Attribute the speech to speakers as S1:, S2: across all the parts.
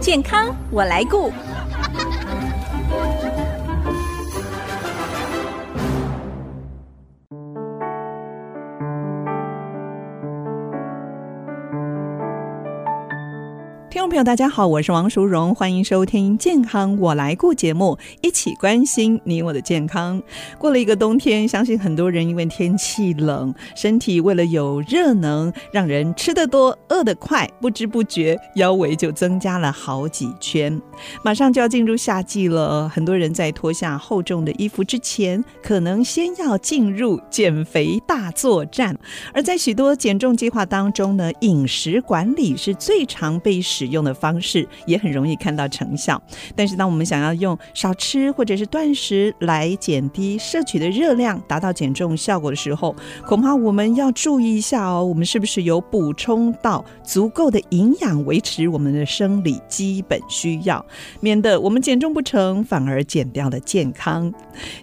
S1: 健康我来顾。
S2: 听众朋友，大家好，我是王淑荣，欢迎收听《健康我来顾》节目，一起关心你我的健康。过了一个冬天，相信很多人因为天气冷，身体为了有热能，让人吃得多、饿得快，不知不觉腰围就增加了好几圈。马上就要进入夏季了，很多人在脱下厚重的衣服之前，可能先要进入减肥大作战。而在许多减重计划当中呢，饮食管理是最常被使用的方式，也很容易看到成效。但是，当我们想要用少吃或者是断食来减低摄取的热量，达到减重效果的时候，恐怕我们要注意一下哦，我们是不是有补充到足够的营养，维持我们的生理基本需要，免得我们减重不成，反而减掉了健康。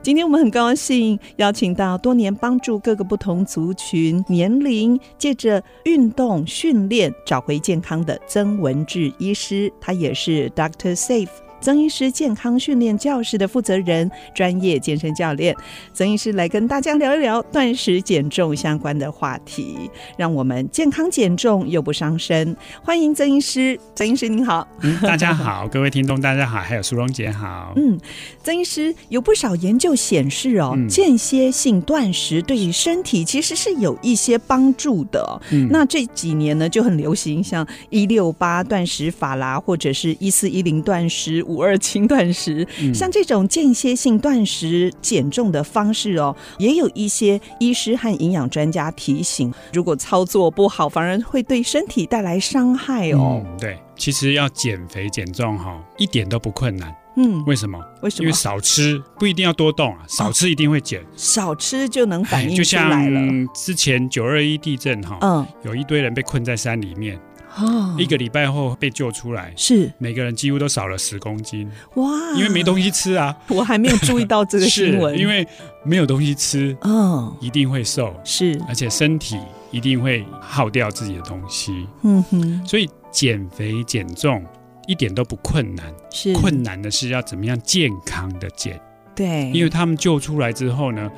S2: 今天我们很高兴邀请到多年帮助各个不同族群、年龄，借着运动训练找回健康的曾文志医师，他也是 Doctor Safe。曾医师健康训练教室的负责人，专业健身教练曾医师来跟大家聊一聊断食减重相关的话题，让我们健康减重又不伤身。欢迎曾医师，曾医师您好。
S3: 嗯，大家好，各位听众大家好，还有苏荣姐好。
S2: 嗯，曾医师有不少研究显示哦，
S3: 嗯
S2: 间歇性断食对于身体其实是有一些帮助的哦、
S3: 嗯
S2: 那这几年呢就很流行像一六八断食法啦，或者是一四一零断食、五二轻断食，
S3: 嗯
S2: 像这种间歇性断食减重的方式哦，也有一些医师和营养专家提醒，如果操作不好，反而会对身体带来伤害哦。
S3: 嗯，对，其实要减肥减重哈，一点都不困难。
S2: 嗯，
S3: 为什么？
S2: 为什
S3: 因为
S2: 么
S3: 少吃不一定要多动啊，少吃一定会减。
S2: 少吃就能
S3: 哎
S2: 反映
S3: 就
S2: 出来了？
S3: 像哦之前九二一地震哈，
S2: 嗯，
S3: 有一堆人被困在山里面，
S2: 哦，
S3: 一个礼拜后被救出来，
S2: 是
S3: 每个人几乎都少了十公斤，
S2: 哇，
S3: 因为没，东西吃啊。
S2: 我还没有注意到啊这个
S3: 是
S2: 新闻，
S3: 因为没有东西吃，
S2: 嗯
S3: 一定会瘦，
S2: 是
S3: 而且身体一定会耗掉自己的东西。
S2: 嗯哼
S3: 所以减肥减重一点都不困难，
S2: 是
S3: 困难的是要怎么样健康的减。
S2: 对，
S3: 因为他们救出来之后呢，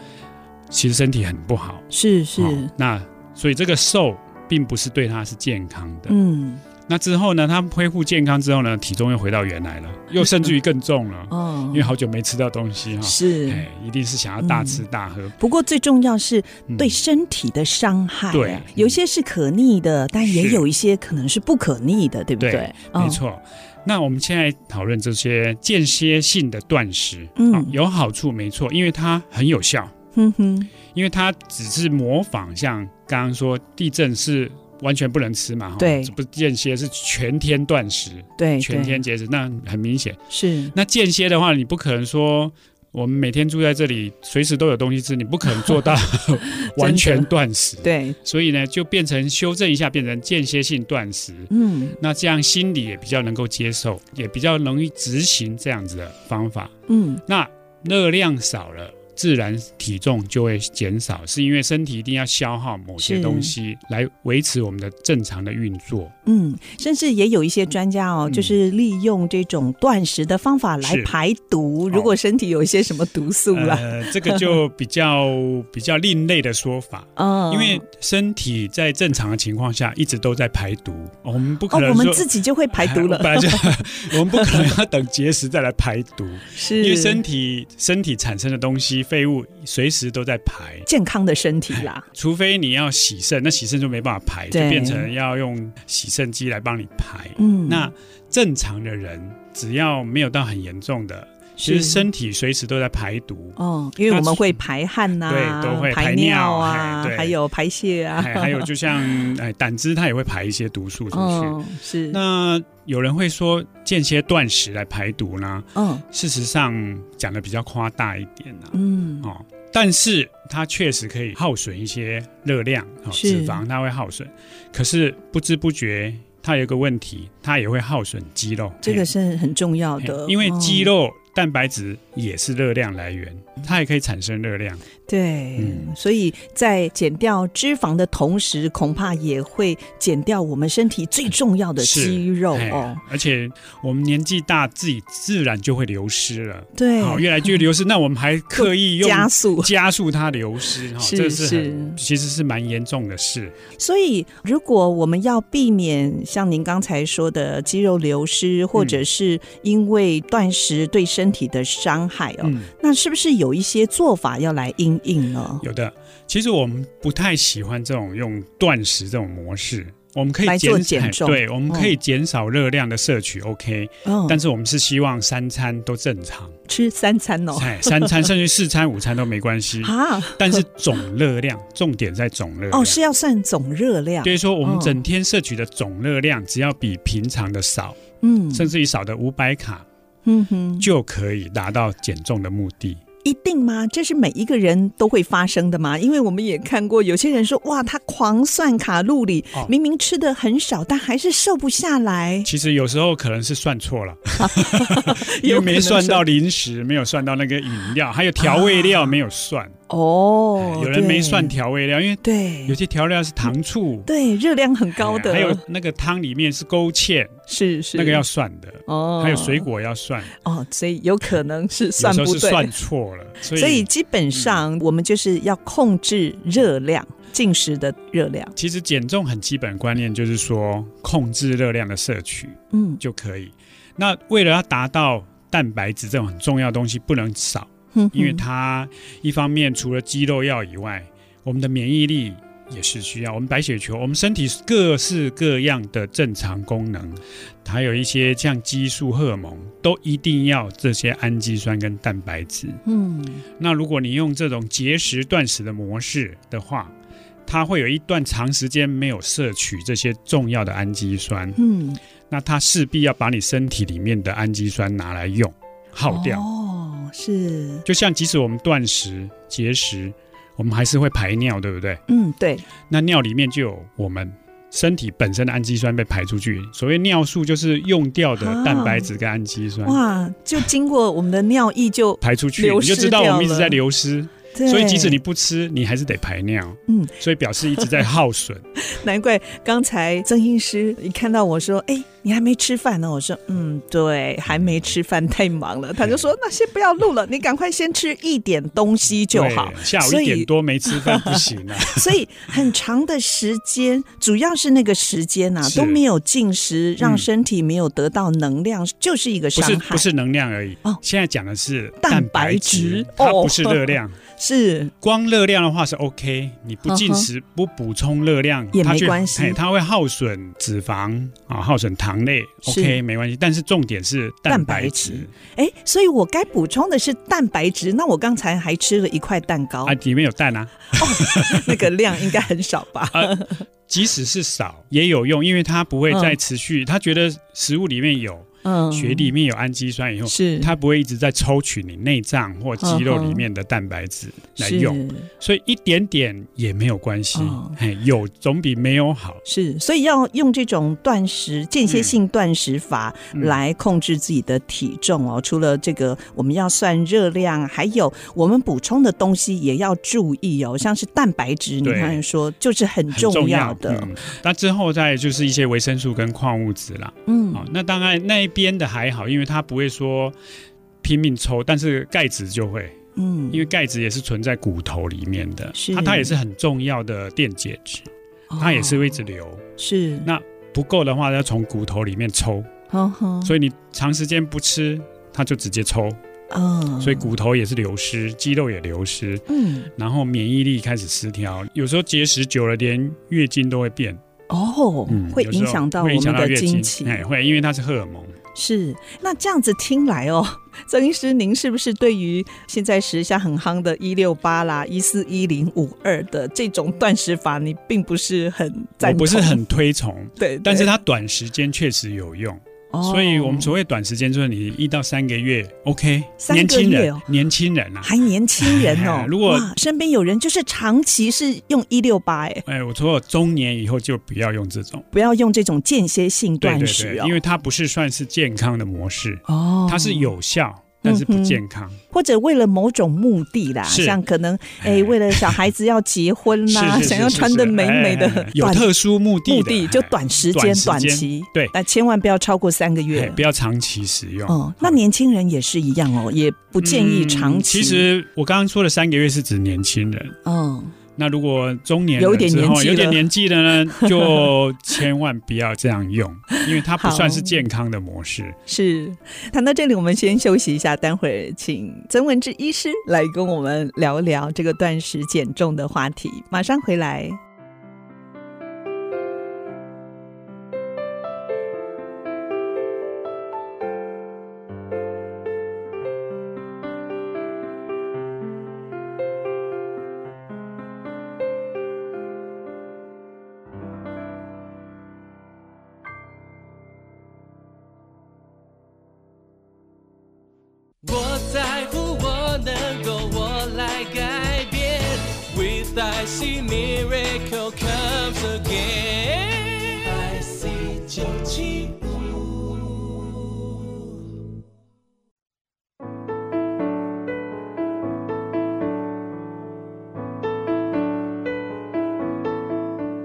S3: 其实身体很不好。
S2: 是是、
S3: 哦那所以这个瘦并不是对他是健康的。
S2: 嗯
S3: 那之后呢，他们恢复健康之后呢，体重又回到原来了，又甚至于更重了，
S2: 哦
S3: 因为好久没吃到东西哈。
S2: 是。
S3: 哎，一定是想要大吃大喝，
S2: 不过最重要是
S3: 嗯
S2: 对身体的伤害啊、
S3: 对嗯
S2: 有些是可逆的，但也
S3: 是
S2: 有一些可能是不可逆的，对不
S3: 对
S2: 对？
S3: 没，错。那我们现在讨论这些间歇性的断食，
S2: 嗯
S3: 哦有好处没错，因为它很有效，
S2: 嗯哼，
S3: 因为它只是模仿，像刚刚说地震是完全不能吃嘛，哈
S2: 对
S3: 不是间歇是全天断食，
S2: 对，
S3: 全
S2: 对
S3: 天节食，那很明显。
S2: 是
S3: 那间歇的话，你不可能说。我们每天住在这里，随时都有东西吃，你不可能 做到 完全断食。
S2: 对，
S3: 所以呢，就变成修正一下，变成间歇性断食。
S2: 嗯
S3: 那这样心里也比较能够接受，也比较容易执行这样子的方法。
S2: 嗯，
S3: 那热量少了，自然体重就会减少，是因为身体一定要消耗某些
S2: 是
S3: 东西来维持我们的正常的运作。
S2: 嗯，甚至也有一些专家哦，
S3: 嗯
S2: 就是利用这种断食的方法来
S3: 是哦
S2: 排毒。如果身体有一些什么毒素啦，
S3: 呃，这个就比较比较另类的说法。
S2: 嗯，
S3: 呃因为身体在正常的情况下一直都在排毒，我们不
S2: 哦
S3: 可，能
S2: 我
S3: 说、
S2: 们自己就会排 毒了，
S3: 本来就我们不可能要等节食再来排毒，
S2: 是
S3: 因为身体身体产生的东西废物随时都在排，
S2: 健康的身体啦，
S3: 除非你要洗肾，那洗肾就没办法排，就
S2: 对
S3: 变成要用洗肾机来帮你排。
S2: 嗯，
S3: 那正常的人只要没有到很严重的，其
S2: 是
S3: 实身体随时都在排毒。
S2: 哦，因为我们会排汗呐、
S3: 对都会
S2: 排
S3: 排尿
S2: 啊
S3: 嘿，对
S2: 还有排泄啊，
S3: 还还有 就像哎胆汁，它也会排一些毒素出去。
S2: 嗯是
S3: 那有人会说间歇断食来排毒呢？
S2: 嗯
S3: 事实上讲的比较夸大一点啊，
S2: 嗯
S3: 哦，但是它确实可以耗损一些热量，哦，
S2: 是
S3: 脂肪它会耗损，可是不知不觉它有一个问题，它也会耗损肌肉，
S2: 这个
S3: 嘿
S2: 是很重要
S3: 嘿
S2: 的，哦嗯
S3: 因为肌肉蛋白质也是热量来源，它也可以产生热量。
S2: 对，
S3: 嗯
S2: 所以在减掉脂肪的同时，恐怕也会减掉我们身体最重要的
S3: 是
S2: 肌肉
S3: 哎
S2: 哦。
S3: 而且我们年纪大，自己自然就会流失了。
S2: 对，
S3: 好，越来越 流失，那我们还刻意用
S2: 加速。
S3: 加速它流失，哈，哦
S2: 是
S3: 这是
S2: 是
S3: 很其实是蛮严重的事。
S2: 所以，如果我们要避免像您刚才说的肌肉流失，或
S3: 嗯
S2: 者是因为断食对身体的伤害哦，
S3: 嗯，
S2: 那是不是有一些做法要来应应呢？
S3: 有的。其实我们不太喜欢这种用断食这种模式。我们可
S2: 来
S3: 以
S2: 做
S3: 减
S2: 减
S3: 哎
S2: 重
S3: 对，我们可以减少热量的摄取、o k
S2: 嗯，
S3: 但是我们是希望三餐都正常，
S2: 吃三餐哦，，
S3: 哎，三餐甚至四餐、五餐都没关系
S2: 啊，
S3: 但是总热量，重点在总热量。
S2: 哦，是要算总热量，
S3: 就是说，我们
S2: 嗯
S3: 整天摄取的总热量只要比平常的少，
S2: 嗯，
S3: 甚至于少的五百卡，
S2: 嗯哼，
S3: 就可以达到减重的目的。
S2: 一定吗？这是每一个人都会发生的吗？因为我们也看过有些人说，哇，他狂算卡路里，
S3: 哦
S2: 明明吃的很少，但还是瘦不下来，
S3: 其实有时候可能是算 错了，因
S2: 有
S3: 为
S2: 可能
S3: 没算
S2: 是
S3: 到零食，没有算到那个饮料，还有调味料没有算。
S2: 哦
S3: 哎，有人没算
S2: 对
S3: 调味料，因为有
S2: 对
S3: 些调料是糖醋，
S2: 对，热量很高
S3: 哎
S2: 的，
S3: 还有那个汤里面是勾芡，
S2: 是是
S3: 那个要算的。
S2: 哦，
S3: 还有水果要算，
S2: 哦，所以有可能是
S3: 有
S2: 算
S3: 时
S2: 不
S3: 候是
S2: 对，
S3: 算嗯 错了，所以
S2: 所以基本上我们就是要控制热量，进食的热量，
S3: 其实减重很基本观念就是说控制热量的摄取
S2: 嗯
S3: 就可以。那为了要达到蛋白质这种很重要的东西不能少，
S2: 哼哼，
S3: 因为它一方面除了肌肉要以外，我们的免疫力也是需要，我们白血球，我们身体各式各样的正常功能，还有一些像激素、荷尔蒙，都一定要这些氨基酸跟蛋白质。
S2: 嗯
S3: 那如果你用这种节食断食的模式的话，它会有一段长时间没有摄取这些重要的氨基酸，
S2: 嗯
S3: 那它势必要把你身体里面的氨基酸拿来用耗掉。
S2: 哦，是
S3: 就像即使我们断食节食，我们还是会排尿，对不对？
S2: 嗯对。
S3: 那尿里面就有我们身体本身的氨基酸被排出去，所谓尿素就是用掉的
S2: 啊
S3: 蛋白质跟氨基酸。
S2: 哇，就经过我们的尿液就，
S3: 排出去，
S2: 流
S3: 你
S2: 失
S3: 就知道我
S2: 掉
S3: 们一直
S2: 了
S3: 在流失，
S2: 对
S3: 所以即使你不吃，你还是得排尿。
S2: 嗯，
S3: 所以表示一直在耗损。
S2: 难怪刚才曾医师一看到我说，哎、你还没吃饭呢，我说，嗯，对，还没吃饭，太忙了。他就说，那先不要录了，你赶快先吃一点东西 就好。
S3: 对 下
S2: 所
S3: 午
S2: 以
S3: 一点多没吃饭不行啊。
S2: 所以很长的时间，主要是那个时间呐、啊、
S3: 是
S2: 都没有进食，让
S3: 嗯
S2: 身体没有得到能量，就是一个
S3: 不
S2: 伤
S3: 是
S2: 害。
S3: 嗯不是能量而已
S2: 哦，
S3: 现在讲的是
S2: 蛋白质
S3: 它
S2: 哦
S3: 不是热量。
S2: 是
S3: 光热量的话是 OK，你不进食不补充热量
S2: 嗯也
S3: 它就
S2: 没关系
S3: 嘿它会耗损脂肪啊，耗损糖类
S2: 是
S3: OK 没关系。但是重点是蛋白质
S2: 哎，所以我该补充的是蛋白质。那我刚才还吃了一块蛋糕，
S3: 啊，里面有蛋啊，
S2: 那个量应该很少吧？
S3: 即使是少也有用，因为它不会再持续。它觉得食物里面有
S2: 嗯，
S3: 血里面有氨基酸以后，
S2: 是
S3: 它不会一直在抽取你内脏或肌肉里面的蛋白质来用，
S2: 嗯是
S3: 所以一点点也没有关系
S2: 哦，
S3: 嘿，有总比没有好。
S2: 是，所以要用这种断食、间歇性断食法
S3: 嗯
S2: 来控制自己的体重哦。除了这个，我们要算热量，还有我们补充的东西也要注意哦，像是蛋白质，你
S3: 对
S2: 刚才说就是很
S3: 很
S2: 重要的，
S3: 嗯那之后再就是一些维生素跟矿物质啦。
S2: 嗯
S3: 哦，那当然那一边的还好，因为它不会说拼命抽，但是钙质就会，
S2: 嗯
S3: 因为钙质也是存在骨头里面的
S2: 是，
S3: 它它也是很重要的电解质，它也是会一直
S2: 哦
S3: 流。
S2: 是，
S3: 那不够的话，要从骨头里面抽，
S2: 呵呵
S3: 所以你长时间不吃，它就直接抽，
S2: 嗯，
S3: 所以骨头也是流失，肌肉也流失，
S2: 嗯
S3: 然后免疫力开始失调，有时候节食久了，连月经都会变。
S2: 哦，
S3: 嗯
S2: 会
S3: 有时
S2: 影
S3: 候
S2: 响到我
S3: 会影
S2: 们
S3: 响到
S2: 的
S3: 月
S2: 经期，
S3: 哎，会，因为它是荷尔蒙。
S2: 是，那这样子听来哦，曾医师，您是不是对于现在时下很夯的“一六八”啦、“一四一零五二”的这种断食法，你并不是很赞
S3: 我
S2: 同？
S3: 不是很推崇，
S2: 对，
S3: 但是
S2: 对、
S3: 它短时间确实有用，
S2: 哦
S3: 所以我们所谓短时间就是你一到三个月，OK，
S2: 三个
S3: 年轻
S2: 月
S3: 人
S2: 哦，
S3: 年轻人啊。，
S2: 还年轻人哦
S3: 如果
S2: 哇身边有人就是长期是用一六八，哎，
S3: 哎，我说中年以后就不要用这种，
S2: 不要用这种间歇性
S3: 对
S2: 断
S3: 对
S2: 食
S3: 对
S2: 哦，，
S3: 因为它不是算是健康的模式，
S2: 哦，
S3: 它是有效，但是不
S2: 嗯哼
S3: 健康。
S2: 或者为了某种目的啦，
S3: 是
S2: 像可能哎、
S3: 哎
S2: 为了小孩子要结婚
S3: 是
S2: 啦，
S3: 是是
S2: 嗯想要
S3: 是
S2: 穿
S3: 是
S2: 的美美的
S3: 哎 哎哎，有
S2: 短
S3: 特殊目的的
S2: 目的就
S3: 哎
S2: 短时
S3: 短
S2: 间、
S3: 时
S2: 短
S3: 间
S2: 期，
S3: 对
S2: 那千万不要超过三个
S3: 哎
S2: 月。
S3: 不要长期使用。
S2: 哦，那年轻人也是一样哦，也不建议长期。
S3: 嗯其，实我刚刚说的三个月是指年轻人，
S2: 嗯，
S3: 那如果中年人
S2: 有点
S3: 之后
S2: 年纪
S3: 有点
S2: 了
S3: 年纪的呢，就千万不要这样用，因为它不算
S2: 好
S3: 是健康的模式。
S2: 是。谈到这里，我们先休息一下，待会儿请曾文志医师来跟我们聊聊这个断食减重的话题。马上回来。
S1: 我在乎，我能够，我来改变。With I see miracle comes again。I see 九七五。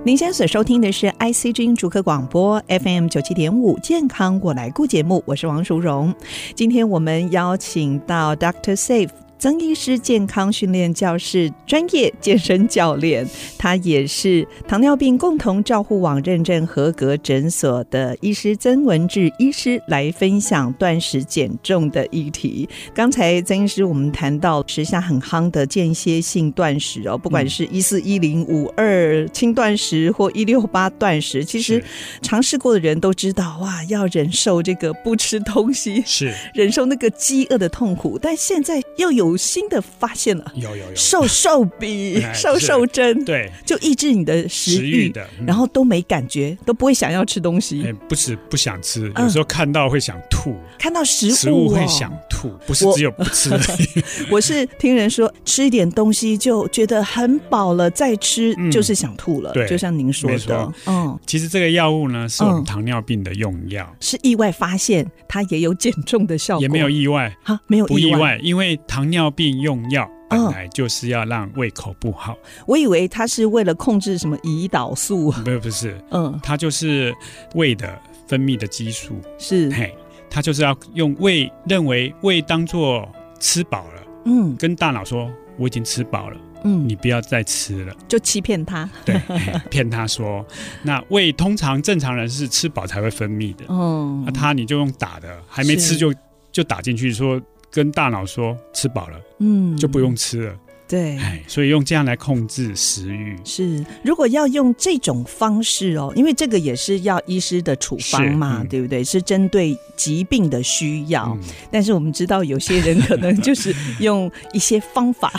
S2: 您现在所收听的是 IC 之音逐客广播 FM 九七点五健康我来顾节目，我是王淑荣。今天我们邀请到 Dr. Safe。曾医师健康训练教室专业健身教练，他也是糖尿病共同照护网认证合格诊所的医师曾文志医师来分享断食减重的议题。刚才曾医师我们谈到时下很夯的间歇性断食哦，不管
S3: 嗯
S2: 是一四一零五二轻断食或一六八断食， 其实尝试过的人都知道，哇，要忍受这个不吃东西，
S3: 是
S2: 忍受那个饥饿的痛苦。但现在又有新的发现了，
S3: 有有有
S2: 瘦瘦笔、
S3: 啊 哎
S2: 瘦
S3: 是
S2: 瘦针，
S3: 对
S2: 就抑制你的食
S3: 食
S2: 欲
S3: 欲，的，嗯
S2: 然后都没感觉，都不会想要吃东西。
S3: 哎不是不想吃，
S2: 嗯
S3: 有时候看到会想吐，
S2: 看到食物、哦，
S3: 食物会想吐，不是
S2: 我
S3: 只有不吃而已。
S2: 我 是听人说，吃一点东西就觉得很饱了，再吃
S3: 嗯
S2: 就是想吐了，
S3: 对
S2: 就像您说
S3: 没
S2: 的
S3: 错，
S2: 嗯，
S3: 其实这个药物呢，是我
S2: 嗯
S3: 们糖尿病的用药，
S2: 是意外发现它也有减重的效果，
S3: 也没有意外，
S2: 哈，嗯哦没有
S3: 不
S2: 意
S3: 意外，因为糖尿病用药本来就是要让胃口不好，
S2: 我以为它是为了控制什么胰岛素，
S3: 不是不是，
S2: 嗯，
S3: 它就是胃的分泌的激素，
S2: 是，
S3: 嘿，它就是要用胃认为胃当做吃饱了，
S2: 嗯
S3: 跟大脑说我已经吃饱了，
S2: 嗯，
S3: 你不要再吃了，
S2: 就欺骗他，
S3: 对， 嘿骗他说，那胃通常正常人是吃饱才会分泌的，
S2: 嗯
S3: 那，他你就用打的，还没
S2: 是
S3: 吃就就打进去说。跟大脑说吃饱了
S2: 嗯
S3: 就不用吃了，
S2: 对。
S3: 哎、所以用这样来控制食欲，
S2: 是，如果要用这种方式哦，因为这个也是要医师的处方
S3: 是
S2: 嘛，
S3: 嗯
S2: 对不对？是针对疾病的需要。
S3: 嗯
S2: 但是我们知道，有些人可能就是用一些方法，。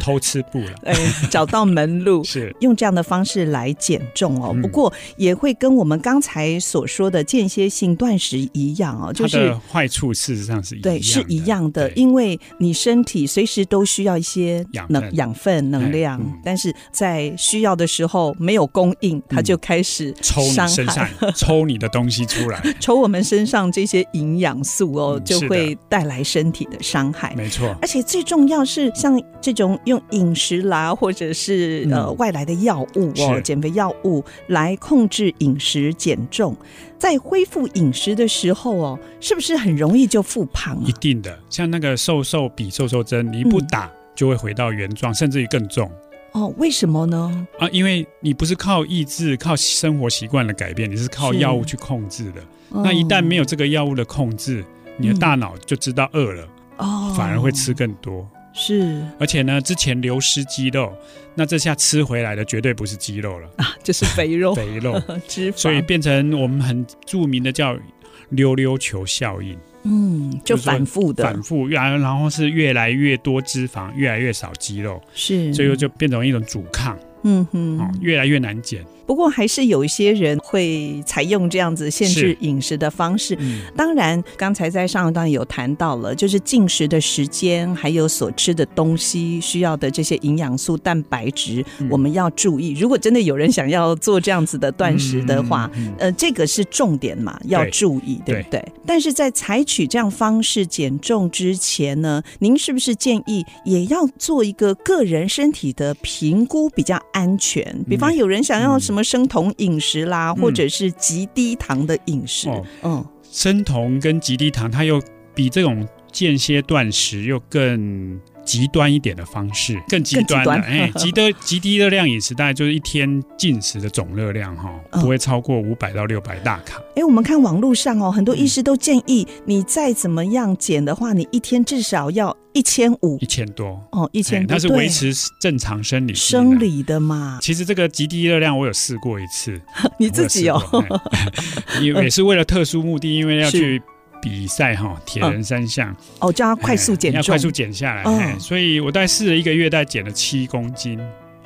S3: 偷吃不了
S2: 哎，找到门 路。
S3: 是
S2: 用这样的方式来减重哦，
S3: 嗯
S2: 不过也会跟我们刚才所说的间歇性断食一样哦，就
S3: 它
S2: 是
S3: 的坏处事实上是一样的
S2: 对是一样的，
S3: 对
S2: 因为你身体随时都需要一些
S3: 养
S2: 能
S3: 分
S2: 养分、能
S3: 哎
S2: 量
S3: 嗯，
S2: 但是在需要的时候没有供应，它就开始
S3: 抽你
S2: 伤
S3: 身
S2: 害
S3: 上，抽你的东西出来，
S2: 抽我们身上这些营养素哦，
S3: 嗯
S2: 就是
S3: 的
S2: 会带来身体的伤害。
S3: 没错，
S2: 而且最重要是，像这种用饮食啦，或者是呃
S3: 嗯
S2: 外来的药物哦，
S3: 是
S2: 减肥药物来控制饮食减重，在恢复饮食的时候哦，是不是很容易就复胖啊
S3: 一？定的。像那个瘦瘦比瘦瘦针，你不
S2: 嗯
S3: 打就会回到原状，甚至于更重
S2: 哦，为什么呢？
S3: 啊！因为你不是靠意志、靠生活习惯的改变，你是靠
S2: 是哦
S3: 药物去控制的。
S2: 嗯
S3: 那一旦没
S2: 有，
S3: 有这个药物的控制，你
S2: 嗯
S3: 的大脑就知道饿了，
S2: 哦，
S3: 反而会吃更多。
S2: 是
S3: 而且呢，之前流失肌肉，那这下吃回来的绝对不是肌肉了，
S2: 啊，就是肥肉、
S3: 肥 肉。
S2: 脂肪，
S3: 所以变成我们很著名的叫溜溜球效应，
S2: 嗯，就
S3: 就是说
S2: 反复的
S3: 反，复越来，然后是越来越多脂肪，越来越少肌肉，
S2: 是，
S3: 最后就变成一种阻抗
S2: 嗯
S3: 哦
S2: 哼，，
S3: 越来越难减。
S2: 不过还是有一些人会采用这样子限制
S3: 是
S2: 饮食的方式。
S3: 嗯，
S2: 当然，刚才在上一段有谈到了，就是进食的时间，还有所吃的东西需要的这些营养素、蛋白质，
S3: 嗯
S2: 我们要注意。如果真的有人想要做这样子的断食的话，
S3: 嗯，嗯嗯
S2: 呃，这个是重点嘛，要注意，对不对？但是在采取这样方式减重之前呢，您是不是建议也要做一个个人身体的评估比较安
S3: 嗯
S2: 全？比方有人想要什么生酮饮食啦，或者是极低糖的饮食，
S3: 哦
S2: 嗯，
S3: 生酮跟极低糖，它又比这种间歇断食又更极端一点的方式，更极
S2: 更极
S3: 端的，
S2: 端
S3: 哎，极的极低热量饮食大概就是一天进食的总热量哈、
S2: 嗯
S3: 不会超过五百到六百大卡。
S2: 哎，我们看网络上
S3: 嗯
S2: 哦，很多医师都建议你再怎么样减的话，你一天至少要一千五
S3: 一千多，
S2: 哦，一千
S3: 哎
S2: 多，
S3: 它是
S2: 对
S3: 维持正常生理机能
S2: 生。理的嘛，
S3: 其实这个极低热量我有试过一次，
S2: 你自己哦，嗯
S3: 我有试过，哎 也也是为了特殊目的，因为要
S2: 是
S3: 去比赛哈，铁人三项，
S2: 哦，叫他快速
S3: 哎
S2: 减
S3: 要
S2: 重
S3: 快，速减下来，
S2: 嗯
S3: 哎所以我大概试了一个月，大概减了七公斤，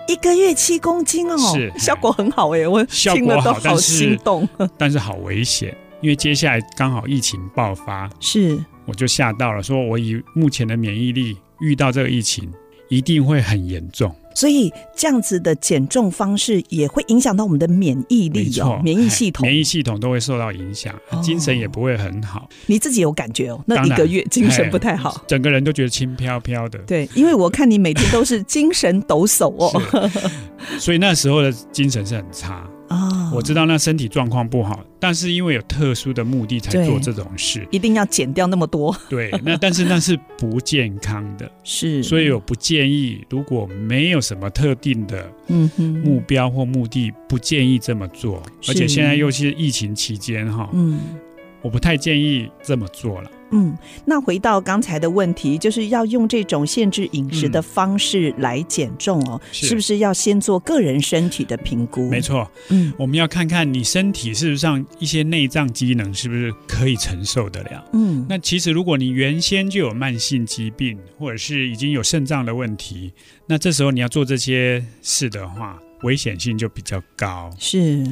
S2: 一个月七公斤哦，
S3: 是
S2: 效果很好哎、我
S3: 效
S2: 听
S3: 果
S2: 了
S3: 好
S2: 都
S3: 但是
S2: 心 动。
S3: 但是好危险，因为接下来刚好疫情爆发，
S2: 是
S3: 我就吓到了，说我以目前的免疫力遇到这个疫情，一定会很严重。
S2: 所以这样子的减重方式也会影响到我们的免疫
S3: 没
S2: 力哦
S3: 错，，
S2: 免疫系统
S3: 哎。免疫系统都会受到影响
S2: 哦，
S3: 精神也不会很好，
S2: 你自己有感觉哦？那
S3: 当
S2: 一
S3: 然哎
S2: 个月精神不太好。
S3: 整个人都觉得轻飘飘的。
S2: 对，因为我看你每天都是精神抖擞 哦。
S3: 是所以那时候的精神是很差。
S2: 啊，
S3: 我知道那身体状况不好，但是因为有特殊的目的才
S2: 对
S3: 做这种事。
S2: 一定要减掉那么多，
S3: 对，那但是那是不健康的，
S2: 是
S3: 所以我不建议，如果没有什么特定的
S2: 嗯哼
S3: 目标或目的，不建议这么做。
S2: 是
S3: 而且现在又是疫情期间哈，
S2: 嗯。
S3: 我不太建议这么做了。
S2: 嗯，那回到刚才的问题，就是要用这种限制饮食的方式来减重哦，
S3: 是
S2: 是不是要先做个人身体的评估？
S3: 没，错，
S2: 嗯
S3: 我们要看看你身体事实上一些内脏机能是不是可以承受得了。
S2: 嗯，
S3: 那其实如果你原先就有慢性疾病，或者是已经有肾脏的问题，那这时候你要做这些事的话，危险性就比较高。
S2: 是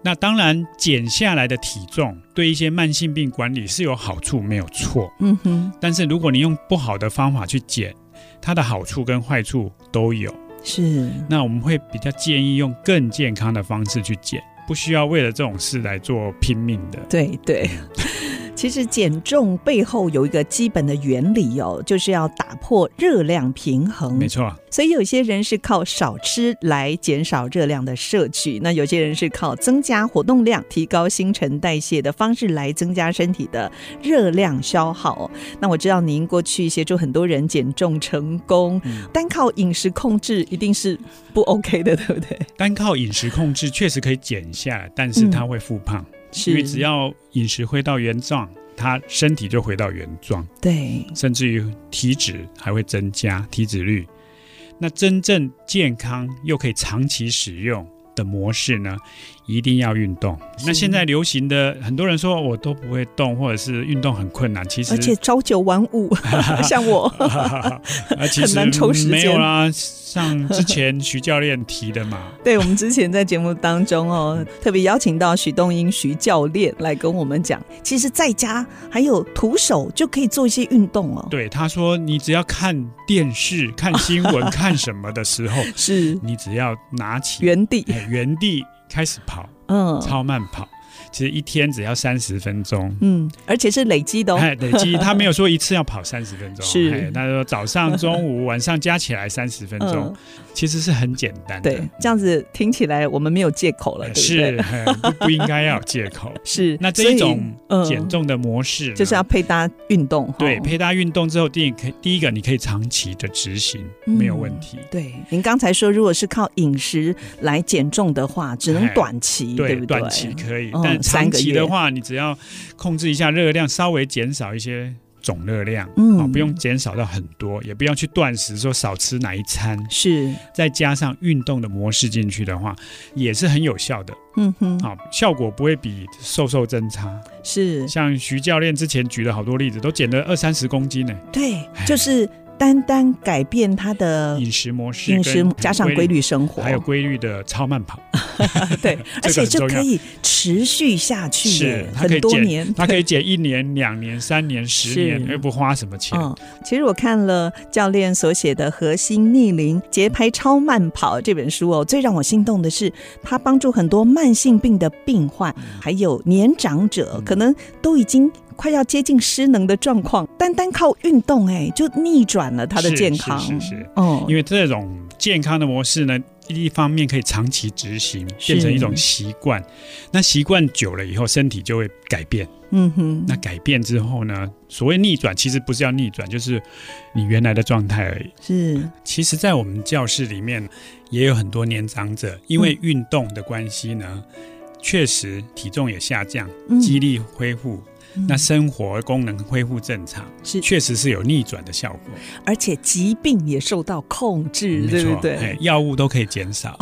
S3: 那当然，减下来的体重对一些慢性病管理是有好处，没有错。
S2: 嗯哼，
S3: 但是如果你用不好的方法去减，它的好处跟坏处都有。
S2: 是
S3: 那我们会比较建议用更健康的方式去减，不需要为了这种事来做拼命的。
S2: 对对。 其实减重背后有一个基本的原理哦，就是要打破热量平衡
S3: 没。错，
S2: 所以有些人是靠少吃来减少热量的摄取，那有些人是靠增加活动量、提高新陈代谢的方式来增加身体的热量消耗。那我知道您过去协助很多人减重成功，
S3: 嗯
S2: 单靠饮食控制一定是不 OK 的，对不对？
S3: 单靠饮食控制确实可以减下来，但是它会复胖，
S2: 是
S3: 因为只要饮食回到原状，它身体就回到原状，
S2: 对，
S3: 甚至于体脂还会增加体脂率。那真正健康又可以长期使用的模式呢，一定要运动。那现在流行的很多人说我都不会动，或者是运动很困难，其实
S2: 而且朝九晚五，像我，
S3: 啊，其
S2: 很
S3: 实
S2: 难抽时间
S3: 没有啦，像之前徐教练提的 嘛，
S2: 对，我们之前在节目当中哦，特别邀请到许东英徐教练来跟我们讲，其实在家还有徒手就可以做一些运动哦。
S3: 对他说，你只要看电视、看新闻、看什么的 时候，
S2: 是
S3: 你只要拿起
S2: 原地，
S3: 哎原地开始跑，
S2: 嗯
S3: 超慢跑，其实一天只要三十分钟。
S2: 嗯，而且是累积的哦。
S3: 哎，累积他没有说一次要跑三十分 钟，
S2: 是
S3: 哎他说早上、中午、晚上加起来三十分钟
S2: 嗯，，
S3: 其实是很简单的。
S2: 对，这样子听起来我们没有借口了，
S3: 哎
S2: 对不
S3: 是
S2: 对？
S3: 哎不不应该要有 借口。
S2: 是，
S3: 那这一种
S2: 所以
S3: 减、重的模式
S2: 嗯、
S3: 呢
S2: 就是要配搭运动哈，
S3: 对，配搭运动之后，第一可以第一个你可以长期的执行，
S2: 嗯
S3: 没有问题。
S2: 对。您刚才说，如果是靠饮食来减重的话，只能
S3: 哎
S2: 短期，对不对？
S3: 短期可以
S2: 嗯，
S3: 但
S2: 三
S3: 长
S2: 个
S3: 期
S2: 月
S3: 的话，你只要控制一下热量，稍微减少一些总热量，
S2: 嗯
S3: 啊，不用减少到很多，也不要去断食，说少吃哪一餐，
S2: 是，
S3: 再加上运动的模式进去的话，也是很有效的，
S2: 嗯哼，
S3: 啊，效果不会比瘦瘦针差。
S2: 是
S3: 像徐教练之前举了好多例子，都减了二三十公斤呢，
S2: 对，
S3: 哎
S2: 就是单单改变他的
S3: 饮食模式跟
S2: 嗯饮食，加上规律生活，啊
S3: 还有规律的超慢 跑，
S2: 对，而且
S3: 这
S2: 这
S3: 个很重要
S2: 可以持续下去
S3: 是
S2: 耶，
S3: 它可
S2: 很
S3: 以
S2: 多
S3: 减
S2: 年，
S3: 它可以减一年、两年、三年、十年，
S2: 是
S3: 又不花什么钱。
S2: 嗯，其实我看了教练所写的《核心逆龄节拍超慢跑》这本书哦，最让我心动的是，它帮助很多慢性病的病患，
S3: 嗯
S2: 还有年长者，可能都已经快要接近失能的状况，单单靠运动，哎，就逆转了他的
S3: 是
S2: 健康。
S3: 是是是
S2: 哦，
S3: 因为这种健康的模式呢，一方面可以长期执行，
S2: 是
S3: 变成一种习惯。那习惯久了以后，身体就会改变。
S2: 嗯哼，
S3: 那改变之后呢，所谓逆转，其实不是要逆转，就是你原来的状态而已。
S2: 是
S3: 其实，在我们教室里面也有很多年长者，因为运动的关系呢，确实体重也下降，
S2: 嗯
S3: 肌力恢复，
S2: 嗯
S3: 那生活功能恢复正常，
S2: 是，
S3: 确实是有逆转的效果。
S2: 而且疾病也受到控制，
S3: 没
S2: 嗯对
S3: 错
S2: 不，对
S3: 哎？药物都可以减少。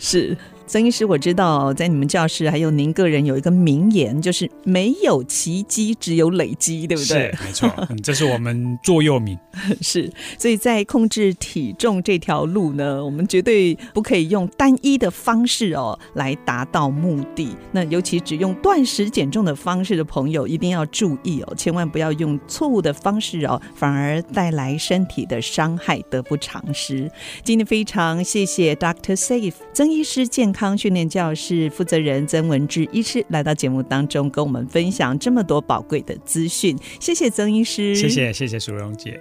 S2: 是。曾医师，我知道在你们教室还有您个人有一个名言，就是没有奇迹，只有累积，对不对？
S3: 是没错，嗯，这是我们座右铭。
S2: 是，所以在控制体重这条路呢，我们绝对不可以用单一的方式哦来达到目的。那尤其只用断食减重的方式的朋友，一定要注意哦，千万不要用错误的方式哦，反而带来身体的伤害，得不偿失。今天非常谢谢 Dr. Safe 曾医师健康训练教室负责人曾文志医师来到节目当中，跟我们分享这么多宝贵的资讯。谢谢曾医师，
S3: 谢谢，谢谢淑荣姐。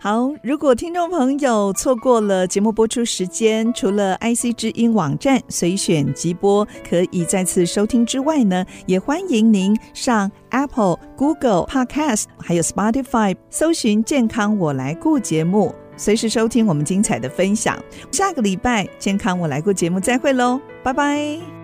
S2: 好，如果听众朋友错过了节目播出时间，除了 IC 之音网站随选即播可以再次收听之外呢，也欢迎您上 Apple、Google Podcast 还有 Spotify 搜寻“健康我来顾”节目，随时收听我们精彩的分享。下个礼拜“健康我来顾”节目再会喽，拜拜。